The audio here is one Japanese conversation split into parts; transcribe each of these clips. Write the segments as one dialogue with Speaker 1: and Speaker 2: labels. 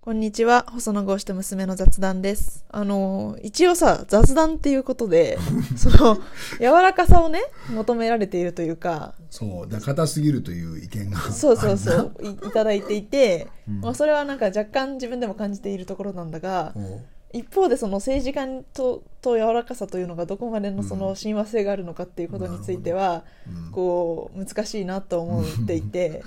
Speaker 1: こんにちは、細野豪志と娘の雑談です。あのー、一応さ、雑談っていうことで、 その、柔らかさをね、求められているというか、
Speaker 2: そう、だ硬すぎるという意見が。
Speaker 1: そうそう
Speaker 2: ある
Speaker 1: そう、いいただいていて、まあそれはなんか若干自分でも感じているところなんだが、
Speaker 2: な。お
Speaker 1: 一方でその政治家とと柔らかさというのがどこまでのそうの親和性があるのかっていうことについては、
Speaker 2: うん
Speaker 1: こう、難しいなと思っていて、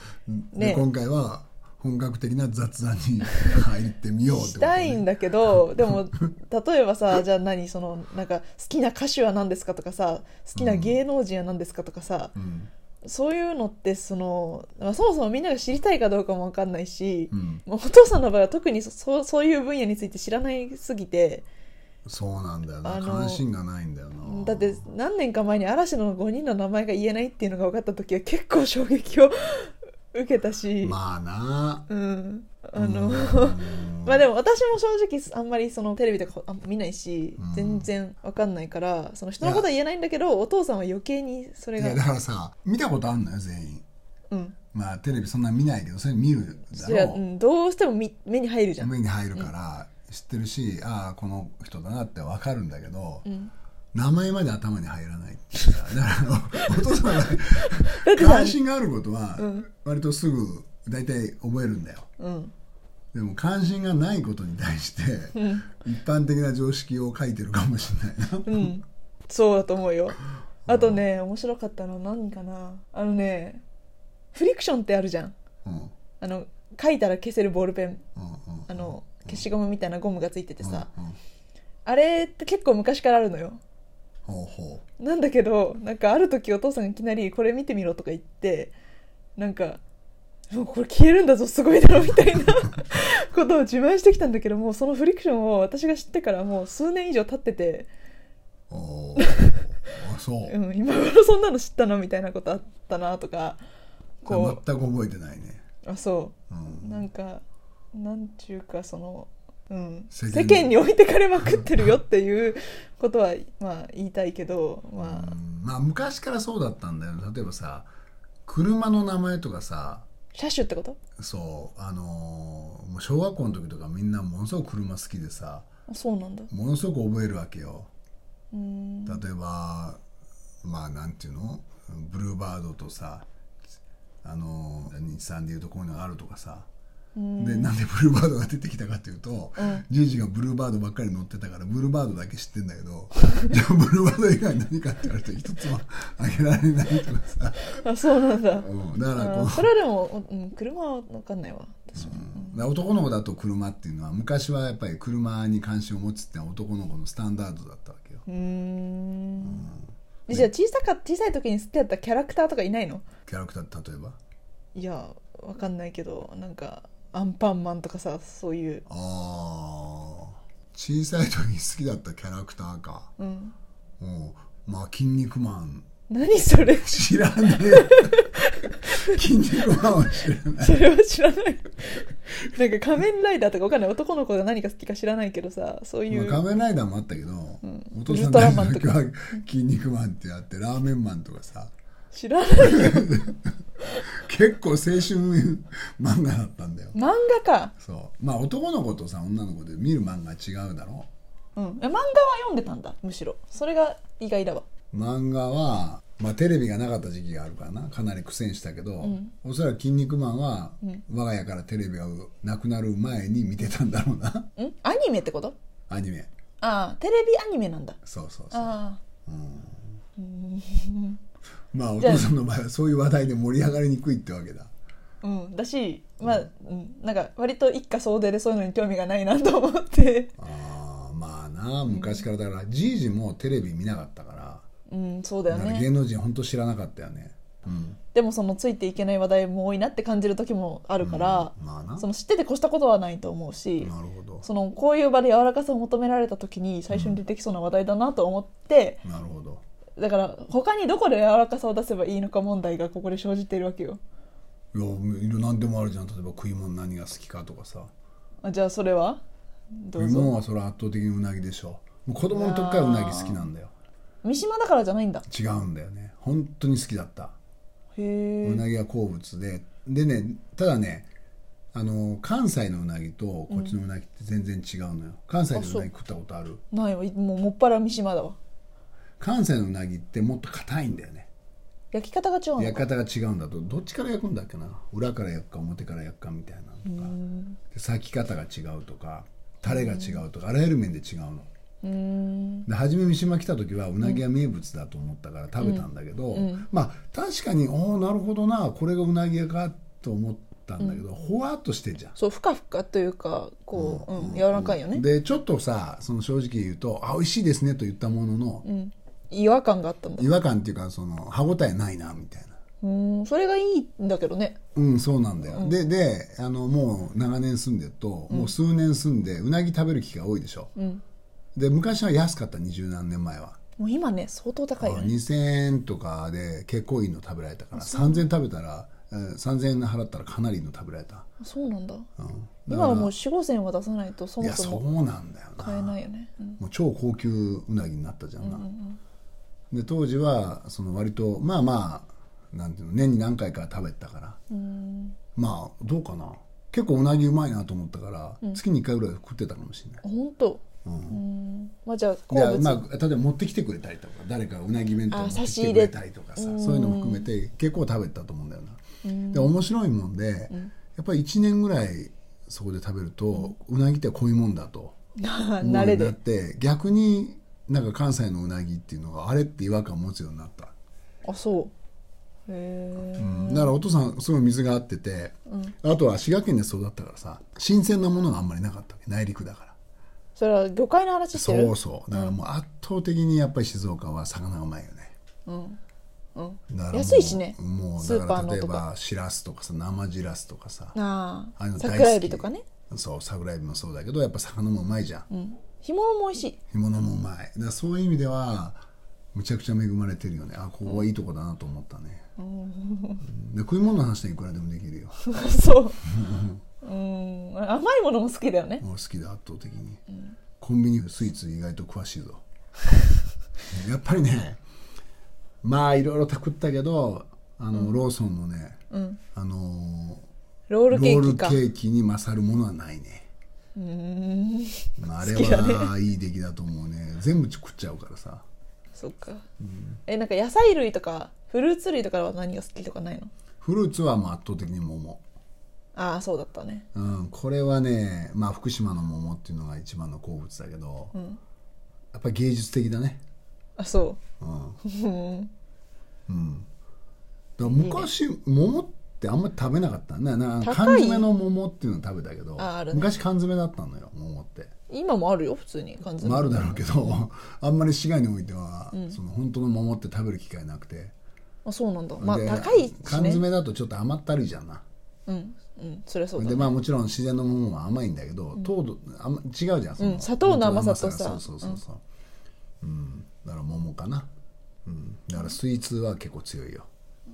Speaker 1: ね
Speaker 2: で今回は本格的な雑談に入ってみようって
Speaker 1: し
Speaker 2: ことね
Speaker 1: たいんだけどでも例えば さじゃあ何そのなんか好きな歌手は何ですかとかさ好きな芸能人は何ですかとかさ
Speaker 2: う、ん
Speaker 1: そういうのってその、まあ、そもそもみんなが知りたいかどうかも分かんないし、
Speaker 2: うん
Speaker 1: もうお父さんの場合は特にそそうそういう分野について知らないすぎて
Speaker 2: そうなんだよな
Speaker 1: あの
Speaker 2: 関心がないんだよな
Speaker 1: だって何年か前に嵐の5人の名前が言えないっていうのが分かった時は結構衝撃を受けたし、
Speaker 2: まあな
Speaker 1: うんあの。
Speaker 2: うん
Speaker 1: まあでも私も正直あんまりそのテレビとかあんま見ないし
Speaker 2: うん
Speaker 1: 全然わかんないからその人のことは言えないんだけどお父さんは余計にそれ
Speaker 2: いやだ
Speaker 1: が
Speaker 2: からさ見たことあるのよ全員
Speaker 1: うん
Speaker 2: まあテレビそんな見ないけどそれ見るだ
Speaker 1: それは
Speaker 2: ろ
Speaker 1: う
Speaker 2: うん
Speaker 1: どうしてもみ目に入るじゃん
Speaker 2: 目に入るから知ってるしああこの人だなってわかるんだけど
Speaker 1: うん
Speaker 2: 名前まで頭に入らないっていうかだからあのお父さんが
Speaker 1: だってさ
Speaker 2: 関心があることは
Speaker 1: ん
Speaker 2: 割とすぐ大体覚えるんだよ
Speaker 1: うん
Speaker 2: でも関心がないことに対して
Speaker 1: うん
Speaker 2: 一般的な常識を書いてるかもしれないな
Speaker 1: うんそうだと思う よあとね面白かったの何かなあのねフリクションってあるじゃん
Speaker 2: うんうん
Speaker 1: あの書いたら消せるボールペン
Speaker 2: うん
Speaker 1: あの消しゴムみたいなゴムがついててさ
Speaker 2: うんうん
Speaker 1: あれって結構昔からあるのよ
Speaker 2: ほうほ
Speaker 1: なんだけどなんかある時お父さんがいきなり「これ見てみろ」とか言ってなんか「もうこれ消えるんだぞすごいだろ」みたいな ことを自慢してきたんだけどもうそのフリクションを私が知ってからもう数年以上経ってて、
Speaker 2: うおーあそう
Speaker 1: うん、今頃そんなの知ったのみたいなことあったなとか
Speaker 2: 全
Speaker 1: こ
Speaker 2: く覚えてないね
Speaker 1: うあそううんなんかなんちゅうかその、うん、
Speaker 2: 世
Speaker 1: 世
Speaker 2: 間
Speaker 1: 間
Speaker 2: に
Speaker 1: に置いてかれまくってるよっていうことはまあ言いたいけどま
Speaker 2: う
Speaker 1: あ
Speaker 2: んまあ昔からそうだったんだよ例えばさ車の名前とかさ
Speaker 1: 車種ってこと
Speaker 2: そうあのーもう小学校の時とかみんなものすごく車好きでさ
Speaker 1: あそうなんだ
Speaker 2: ものすごく覚えるわけよ
Speaker 1: うん
Speaker 2: 例えばまあなんていうのブルーバードとさあの日産でいうとこういうのがあるとかさ、
Speaker 1: うん
Speaker 2: でなんでブルーバードが出てきたかっていうと、
Speaker 1: うん
Speaker 2: ジュージがブルーバードばっかり乗ってたからブルーバードだけ知ってんだけどじゃあブルーバード以外何かって言われると一つも挙げられないとかさ、
Speaker 1: あそうなんだ。
Speaker 2: うん、だからこ
Speaker 1: あ
Speaker 2: う
Speaker 1: それはでも、うん、車は分かんないわ。私は
Speaker 2: だから男の子だと車っていうのは昔はやっぱり車に関心を持つってのは男の子のスタンダードだったわけよ
Speaker 1: うーん。じゃあ小さか小さい時に好きだったキャラクターとかいないの？
Speaker 2: キャラクター例えば
Speaker 1: いや分かんないけどなんかアンパンマンとかさそういう。
Speaker 2: ああ小さい時に好きだったキャラクターか
Speaker 1: うん。
Speaker 2: もうまあ「筋肉マン
Speaker 1: 何そ れ」？
Speaker 2: 知らね え筋肉マンは知らない
Speaker 1: それは知らない。なんか仮面ライダーとか分かんない男の子が何か好きか知らないけどさそうい
Speaker 2: まあ
Speaker 1: う。
Speaker 2: 仮面ライダーもあったけど、
Speaker 1: ん
Speaker 2: お父さん
Speaker 1: ウルトラ
Speaker 2: 大
Speaker 1: マン
Speaker 2: 好
Speaker 1: と
Speaker 2: き
Speaker 1: か
Speaker 2: は「筋肉マン」ってやってラーメンマンとかさ
Speaker 1: 知らない。
Speaker 2: 結構青春漫画だったんだよ
Speaker 1: 漫画か。
Speaker 2: そうまあ男の子とさ女の子で見る漫画違うだろ
Speaker 1: うん。え漫画は読んでたんだむしろ。それが意外だわ。
Speaker 2: 漫画は、まあ、テレビがなかった時期があるからなかなり苦戦したけど、
Speaker 1: ん
Speaker 2: おそらく「筋肉マンは」
Speaker 1: うん
Speaker 2: 我が家からテレビがなくなる前に見てたんだろうな
Speaker 1: ん？アニメってこと？
Speaker 2: アニメ
Speaker 1: ああテレビアニメなんだ。
Speaker 2: そうそうそう
Speaker 1: ああ。
Speaker 2: まあお
Speaker 1: じゃあ
Speaker 2: 父さんの場合はそういう話題で盛り上がりにくいってわけだ
Speaker 1: うん、だし、まあ、うん、なんか割と一家総出でそういうのに興味がないなと思って、
Speaker 2: あーまあな昔からだからじいじもテレビ見なかったか
Speaker 1: うん、そうだ
Speaker 2: ら
Speaker 1: よ
Speaker 2: だから芸
Speaker 1: ね
Speaker 2: 能人本当知らなかったよねうん
Speaker 1: でもそのついていけない話題も多いなって感じる時もあるから、
Speaker 2: まあな
Speaker 1: その知ってて越したことはないと思うし、
Speaker 2: なるほど
Speaker 1: そのこういう場で柔らかさを求められた時に最初に出てきそうな話題だなと思って、
Speaker 2: なるほど
Speaker 1: だから他にどこで柔らかさを出せばいいのか問題がここで生じているわけよ
Speaker 2: いやいろ何でもあるじゃん例えば食い物何が好きかとかさ
Speaker 1: あじゃあそれはど
Speaker 2: 食
Speaker 1: う
Speaker 2: い物
Speaker 1: ぞ
Speaker 2: はそれは圧倒的にうなぎでしょもう子供の時からうなぎ好きなんだよ
Speaker 1: 三島だからじゃないんだ
Speaker 2: 違うんだよね本当に好きだった
Speaker 1: へ
Speaker 2: う
Speaker 1: え
Speaker 2: なぎは好物ででねただねあの関西のうなぎとこっちのうなぎって全然違うのよ、関西のうなぎ食ったことある
Speaker 1: ないわいもうもっぱら三島だわ
Speaker 2: 関西のうなぎってもっと硬いんだよね
Speaker 1: 焼き方が違うの
Speaker 2: 焼
Speaker 1: か
Speaker 2: き方が違うんだとどっちから焼くんだっけな裏から焼くか表から焼くかみたいなのとかで裂き方が違うとかタレが違うとかあらゆる面で違うの
Speaker 1: うーん
Speaker 2: で初め三島来た時はうなぎが名物だと思ったから食べたんだけど、まあ確かにおおなるほどなこれがうなぎ屋かと思ったんだけど、ほわっとしてんじゃん
Speaker 1: そうふかふかというかこう、うん、柔らかいよね、
Speaker 2: でちょっとさその正直言うと「あ美味しいですね」と言ったものの、
Speaker 1: うん、違和感があったんだ
Speaker 2: 違和感っていうかその歯応えないなみたいな
Speaker 1: うーんそれがいいんだけどね
Speaker 2: うんそうなんだよ、でであのもう長年住んでると、もう数年住んでうなぎ食べる機会多いでしょ、
Speaker 1: ん
Speaker 2: で昔は安かった二十何年前は、
Speaker 1: もう今ね相当高いよね
Speaker 2: 2000円とかで結構いいの食べられたから3000円食べたら、えー3000円払ったらかなりいいの食べられた、
Speaker 1: あそうなんだ
Speaker 2: うん、
Speaker 1: 今はもう4 5千は出さないとそ
Speaker 2: い
Speaker 1: も
Speaker 2: や
Speaker 1: そ
Speaker 2: そ
Speaker 1: も
Speaker 2: うなんだよな
Speaker 1: 買えないよね、うん
Speaker 2: もう超高級うなぎになったじゃんな、で当時はその割とまあまあなんていうの年に何回か食べてたからまあどうかな結構うなぎうまいなと思ったから、月に1回ぐらい食ってたかもしれない
Speaker 1: あ本当うんまあじゃあ好
Speaker 2: で
Speaker 1: 物、
Speaker 2: まあ、例えば持ってきてくれたりとか誰かうなぎ弁当
Speaker 1: あ
Speaker 2: 持って
Speaker 1: 差
Speaker 2: き
Speaker 1: して入
Speaker 2: くれ
Speaker 1: れ
Speaker 2: たりとかさそういうのも含めて結構食べたと思うんだよなで面白いもんで、やっぱり1年ぐらいそこで食べると、うなぎってこういうもんだと
Speaker 1: 慣れ
Speaker 2: 思うようになっ
Speaker 1: で
Speaker 2: て逆になんか関西のうなぎっていうのがあれって違和感を持つようになった、
Speaker 1: あそうへえ
Speaker 2: だからお父さんすごい水が合ってて、あとは滋賀県で育ったからさ新鮮なものがあんまりなかったわけ内陸だから
Speaker 1: それは魚介の話してる
Speaker 2: そうそうだからもう圧倒的にやっぱり静岡は魚がうまいよね
Speaker 1: うん、
Speaker 2: だからもう
Speaker 1: 安いしね
Speaker 2: もう
Speaker 1: ス
Speaker 2: だ
Speaker 1: ーパ
Speaker 2: か
Speaker 1: ー
Speaker 2: ら
Speaker 1: の
Speaker 2: 例え
Speaker 1: とか
Speaker 2: ばしらすとかさ生じらすとかさ
Speaker 1: あ
Speaker 2: ああいうの
Speaker 1: あ
Speaker 2: 大好き
Speaker 1: 桜エビとかね
Speaker 2: そう桜エビもそうだけどやっぱ魚もうまいじゃん、
Speaker 1: 干物も美味しい
Speaker 2: 干物もうまいだからそういう意味ではむちゃくちゃ恵まれてるよねあここはいいとこだなと思ったね、うんで食い物の話はいくらでもできるよ
Speaker 1: そううん甘いものも好きだよね
Speaker 2: もう好きだ圧倒的に、コンビニスイーツ意外と詳しいぞ やっぱりねまあいろいろたくったけどあの、ローソンのね、あのー
Speaker 1: ロールケ
Speaker 2: ロー
Speaker 1: ー
Speaker 2: ル
Speaker 1: キ
Speaker 2: ケ
Speaker 1: か
Speaker 2: ーキに勝るものはないねまあ、あれ
Speaker 1: 好きだ
Speaker 2: はいい出来だと思うね全部食っちゃうからさ
Speaker 1: そっか、えなんか野菜類とかフルーツ類とかは何が好きとかないの
Speaker 2: フルーツはもう圧倒的に桃、
Speaker 1: ああそうだったね
Speaker 2: うん、これはね、まあ、福島の桃っていうのが一番の好物だけど、やっぱ芸術的だね
Speaker 1: あそ
Speaker 2: だから昔桃ってあんまり食べなかったなな
Speaker 1: 高い
Speaker 2: 缶詰の桃っていうの食べたけど
Speaker 1: ああるね
Speaker 2: 昔缶詰だったのよ桃って、
Speaker 1: う今もあるよ普通に缶詰、
Speaker 2: まあ、あるだろうけどあんまり市外においては、その本当の桃って食べる機会なくて
Speaker 1: あそうなんだまあ
Speaker 2: で
Speaker 1: 高いし
Speaker 2: 缶
Speaker 1: ね
Speaker 2: 詰だとちょっと甘ったるいじゃんな
Speaker 1: うんうんそれはそうだ
Speaker 2: でまあもちろん自然のものも甘いんだけど、糖度あんま違うじゃんその
Speaker 1: うん砂糖の甘さとさ
Speaker 2: そうそうそうそううん、だから桃かな、うん、だからスイーツは結構強いよ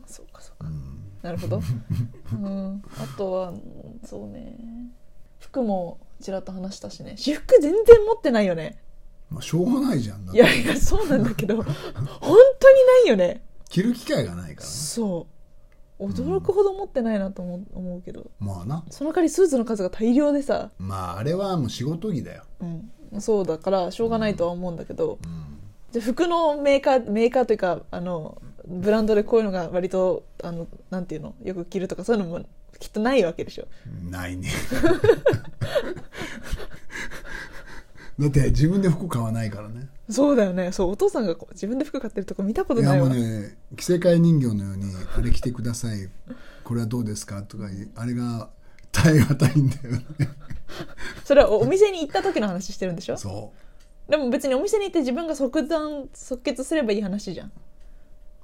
Speaker 1: そうかそうか、なるほ ど、うん、あとはうんそうね服もちらっと話したしね私服全然持ってないよね
Speaker 2: まあしょうがないじゃんだっ
Speaker 1: い
Speaker 2: て
Speaker 1: やいやそうなんだけど 本当にないよね
Speaker 2: 着る機会がないからね
Speaker 1: そう驚くほど持ってないなと思う思うけど
Speaker 2: まあな
Speaker 1: その代わりスーツの数が大量でさ、
Speaker 2: まああれはもう仕事着だよ
Speaker 1: うん、そうだからしょうがないとは思うんだけど、じゃあ服のメーカーメーカーというかあのブランドでこういうのが割とあのなんていうのよく着るとかそういうのもきっとないわけでしょ
Speaker 2: な いねだって自分で服買わないからね
Speaker 1: そうだよねそうお父さんがこう自分で服買ってるとこ見たこと
Speaker 2: い
Speaker 1: な
Speaker 2: や
Speaker 1: い
Speaker 2: も
Speaker 1: わ
Speaker 2: うね着せ替え人形のように「あれ着てくださいこれはどうですか?」とか言うあれが耐え難いんだよ ね
Speaker 1: それはおお店に行った時の話してるんでしょ
Speaker 2: そ
Speaker 1: でも別にお店に行って自分が即断即決すればいい話じゃん
Speaker 2: う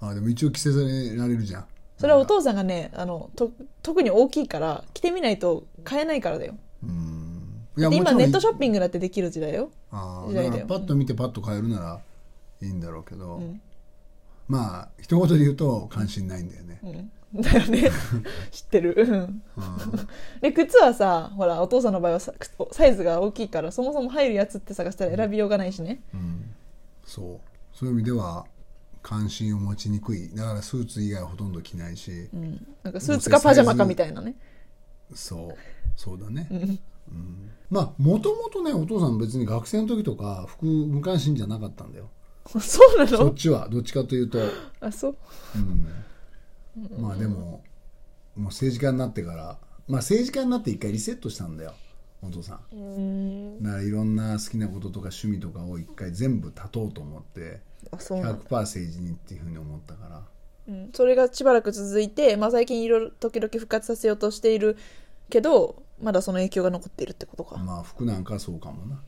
Speaker 2: あでも一応着せられるじゃん
Speaker 1: それはお父さんがねあのと特に大きいから着てみないと買えないからだよ
Speaker 2: うんいや
Speaker 1: で今ネットショ
Speaker 2: ッ
Speaker 1: ッピングだってできる時代よ
Speaker 2: あー
Speaker 1: 時
Speaker 2: だ
Speaker 1: 代
Speaker 2: か
Speaker 1: だ
Speaker 2: ら
Speaker 1: よ
Speaker 2: パッと見てパッと買えるならいいんだろうけど、まあ一言で言うと関心ないんだよね、
Speaker 1: だよね知ってるうんで靴はさほらお父さんの場合はさ靴サイズが大きいからそもそも入るやつって探したら選びようがないしね、
Speaker 2: そうそういう意味では関心を持ちにくいだからスーツ以外はほとんど着ないし、
Speaker 1: なんかスーツかパジャマかみたいなね
Speaker 2: そうそうだね、
Speaker 1: うん
Speaker 2: まあもともとねお父さん別に学生の時とか服無関心じゃなかったんだよ
Speaker 1: そうな
Speaker 2: そっ
Speaker 1: の
Speaker 2: ちはどっちかというと、う、
Speaker 1: あそうん
Speaker 2: まあでももう政治家になってからまあ政治家になって一回リセットしたんだよお父さん
Speaker 1: うん
Speaker 2: だからいろんな好きなこととか趣味とかを一回全部断とうと思って
Speaker 1: あそうなんだ
Speaker 2: 100%政治にっていうふうに思ったから
Speaker 1: うん、それがしばらく続いて、まあ、最近いろいろ時々復活させようとしているけどまだその影響が残っているってことか、
Speaker 2: まあ服なんかそうかもな、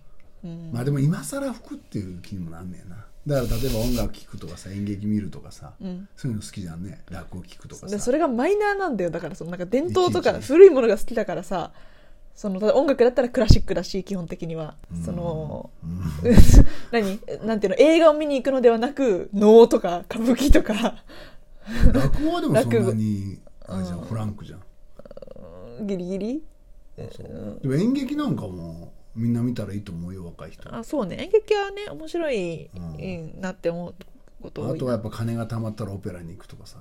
Speaker 1: うん
Speaker 2: まあでも今更服っていう気にもなんねえなだから例えば音楽聴くとかさ演劇見るとかさ、
Speaker 1: うん、
Speaker 2: そういうの好きじゃんね落語聞くとか
Speaker 1: で
Speaker 2: さ
Speaker 1: それがマイナーなんだよだからそのなんか伝統と
Speaker 2: いちい
Speaker 1: か
Speaker 2: ち
Speaker 1: 古いものが好きだからさそのただ音楽だったらクラシックだし基本的には
Speaker 2: うん
Speaker 1: その、
Speaker 2: うん
Speaker 1: 何なんていうの映画を見に行くのではなく能とか歌舞伎とか
Speaker 2: 落語はでもそんなに
Speaker 1: 語
Speaker 2: あれじゃん
Speaker 1: うん
Speaker 2: フランクじゃん
Speaker 1: ギリギリ
Speaker 2: そうでも演劇なんかもみんな見たらいいと思うよ若い人あ
Speaker 1: あそうね演劇はね面白い、
Speaker 2: うん
Speaker 1: うんなって思うこと多い
Speaker 2: とはやっぱ金が貯まったらオペラに行くとかさ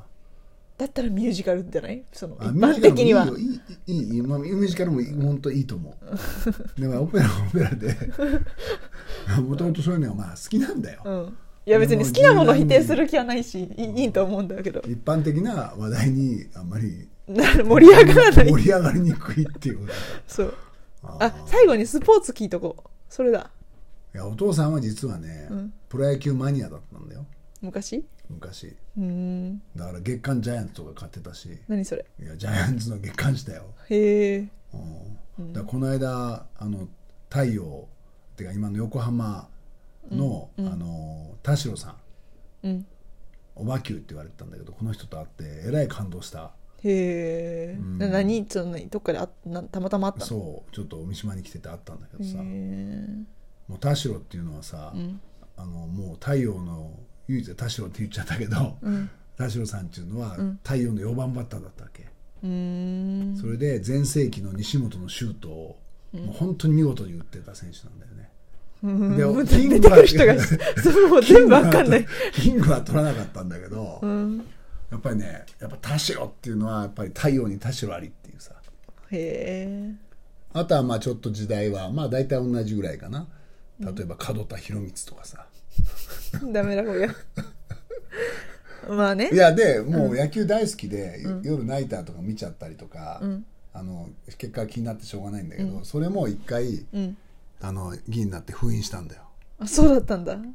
Speaker 1: だったらミュージカルじゃないその一
Speaker 2: あミュ
Speaker 1: 般
Speaker 2: ージカル
Speaker 1: 的に
Speaker 2: もいい
Speaker 1: は
Speaker 2: よいいいいいい、まあ、ミュージカルも本当いいと 思うでもオペラはオペラでもともとそういうのがまあ好きなんだよ、
Speaker 1: うん、いや別に好きなものを否定する気はないしいいいいと思うんだけど
Speaker 2: 一般的な話題にあんまり
Speaker 1: 盛り上がらな
Speaker 2: 盛
Speaker 1: い
Speaker 2: り上がりにくいっていうこと
Speaker 1: そう
Speaker 2: だ
Speaker 1: あ最後にスポーツ聞いとこうそれだ
Speaker 2: いやお父さんは実はね、
Speaker 1: うん
Speaker 2: プロ野球マニアだったんだよ
Speaker 1: 昔
Speaker 2: 昔
Speaker 1: うーん
Speaker 2: だから月刊ジャイアンツとか買ってたしい
Speaker 1: 何それ
Speaker 2: やジャイアンツの月刊誌だよ、
Speaker 1: へえ
Speaker 2: うん、だからこの間あの太陽っていうか今の横浜の、あの田代さん
Speaker 1: うん
Speaker 2: おばきゅうって言われてたんだけどこの人と会ってえらい感動した
Speaker 1: へえ
Speaker 2: ん
Speaker 1: 何その何どっかであなたまたまあったの
Speaker 2: そうちょっと三島に来てて会ったんだけど
Speaker 1: へ
Speaker 2: さ、
Speaker 1: え
Speaker 2: もう田代っていうのはさ、あのもう太陽の唯一田代って言っちゃったけど、田代さんっていうのは太陽の4番バッターだったわけ、
Speaker 1: うーん
Speaker 2: それで全盛期の西本のシュートをもう本当に見事に打ってた選手なんだよね、で
Speaker 1: もう
Speaker 2: キン
Speaker 1: 出
Speaker 2: グ
Speaker 1: てく
Speaker 2: は
Speaker 1: る人が そうもう全部わかんない
Speaker 2: キングは取らなかったんだけど、
Speaker 1: ん
Speaker 2: やっぱりねやっぱ田代っていうのはやっぱり太陽に田代ありっていうさ
Speaker 1: へえ
Speaker 2: あとはまあちょっと時代はまあ大体同じぐらいかな例えば門田博光とかさ、
Speaker 1: ダメだこりゃまあね
Speaker 2: いやでもう野球大好きで、夜ナイターとか見ちゃったりとか、あの結果気になってしょうがないんだけど、それも一回、
Speaker 1: ん
Speaker 2: あの議員になって封印したんだよ、
Speaker 1: あそうだったんだ
Speaker 2: うん、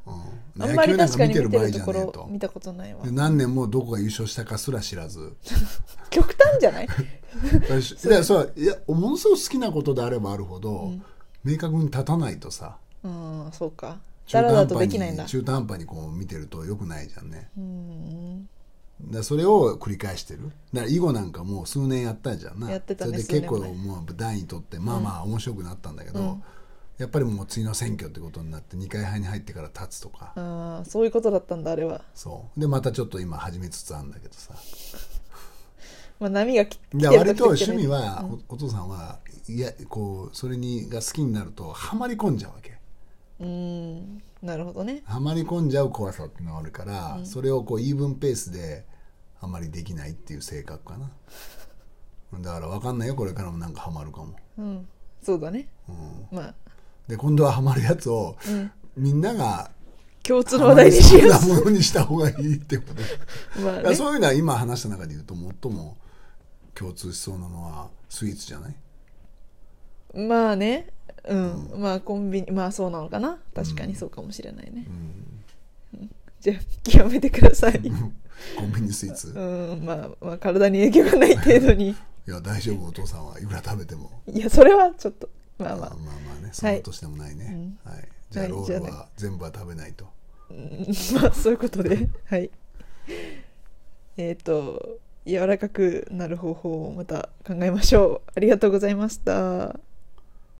Speaker 1: あんまり
Speaker 2: 野球なん
Speaker 1: 確
Speaker 2: か
Speaker 1: か
Speaker 2: 見
Speaker 1: に
Speaker 2: てる
Speaker 1: 見て
Speaker 2: 場合
Speaker 1: る
Speaker 2: じ
Speaker 1: と
Speaker 2: ゃ
Speaker 1: こ
Speaker 2: ねえ
Speaker 1: ろ
Speaker 2: と
Speaker 1: 見たことないわ
Speaker 2: で何年もどこが優勝したかすら知らず
Speaker 1: 極端じゃない
Speaker 2: いやそういやものすごく好きなことであればあるほど、明確に立たないとさ
Speaker 1: うんそうかだ
Speaker 2: 中
Speaker 1: らだ
Speaker 2: 途
Speaker 1: とで
Speaker 2: 半端
Speaker 1: きないん
Speaker 2: に
Speaker 1: だ
Speaker 2: 中途半端にこう見てるとよくないじゃんね、
Speaker 1: うん
Speaker 2: でそれを繰り返してるだから囲碁なんかもう数年やったじゃんな
Speaker 1: やってたね
Speaker 2: それで結構
Speaker 1: 数年
Speaker 2: もう第にとってまあまあ面白くなったんだけど、やっぱりもう次の選挙ってことになって2回派に入ってから立つとか、
Speaker 1: あーそういうことだったんだあれは、
Speaker 2: そうでまたちょっと今始めつつあるんだけどさ
Speaker 1: まあ、波がき来
Speaker 2: で
Speaker 1: てる
Speaker 2: 割と
Speaker 1: 時
Speaker 2: 趣
Speaker 1: 来てない
Speaker 2: 味はおお父さんはいやこうそれにが好きになるとはまり込んじゃうわけ
Speaker 1: うんなるほどね
Speaker 2: はまり込んじゃう怖さっていうのがあるから、それをこうイーブンペースであんまりできないっていう性格かなだから分かんないよこれからもなんかハマるかも。
Speaker 1: うんそうだね
Speaker 2: うん
Speaker 1: まあ
Speaker 2: で今度はハマるやつを、みんなが
Speaker 1: 共通の話題にしや
Speaker 2: ハ
Speaker 1: す
Speaker 2: マるようなものにした方がいいっ てこと、
Speaker 1: いまあ
Speaker 2: だから
Speaker 1: ね
Speaker 2: そういうのは今話した中で言うと最も共通しそうなのはスイーツじゃない
Speaker 1: まあねうん、まあコンビニまあそうなのかな確かにそうかもしれないね、うんじゃあ極めてください
Speaker 2: コンビニスイーツ
Speaker 1: うんまあまあ体に影響がない程度に
Speaker 2: いや大丈夫お父さんはいくら食べても
Speaker 1: いやそれはちょっとまあま
Speaker 2: まあ
Speaker 1: あ
Speaker 2: まあねそんな年でもないね、はいじゃあ
Speaker 1: はい
Speaker 2: ロール
Speaker 1: じゃあ
Speaker 2: は全部は食べないと
Speaker 1: まあそういうことではいえっ、と柔らかくなる方法をまた考えましょうありがとうございました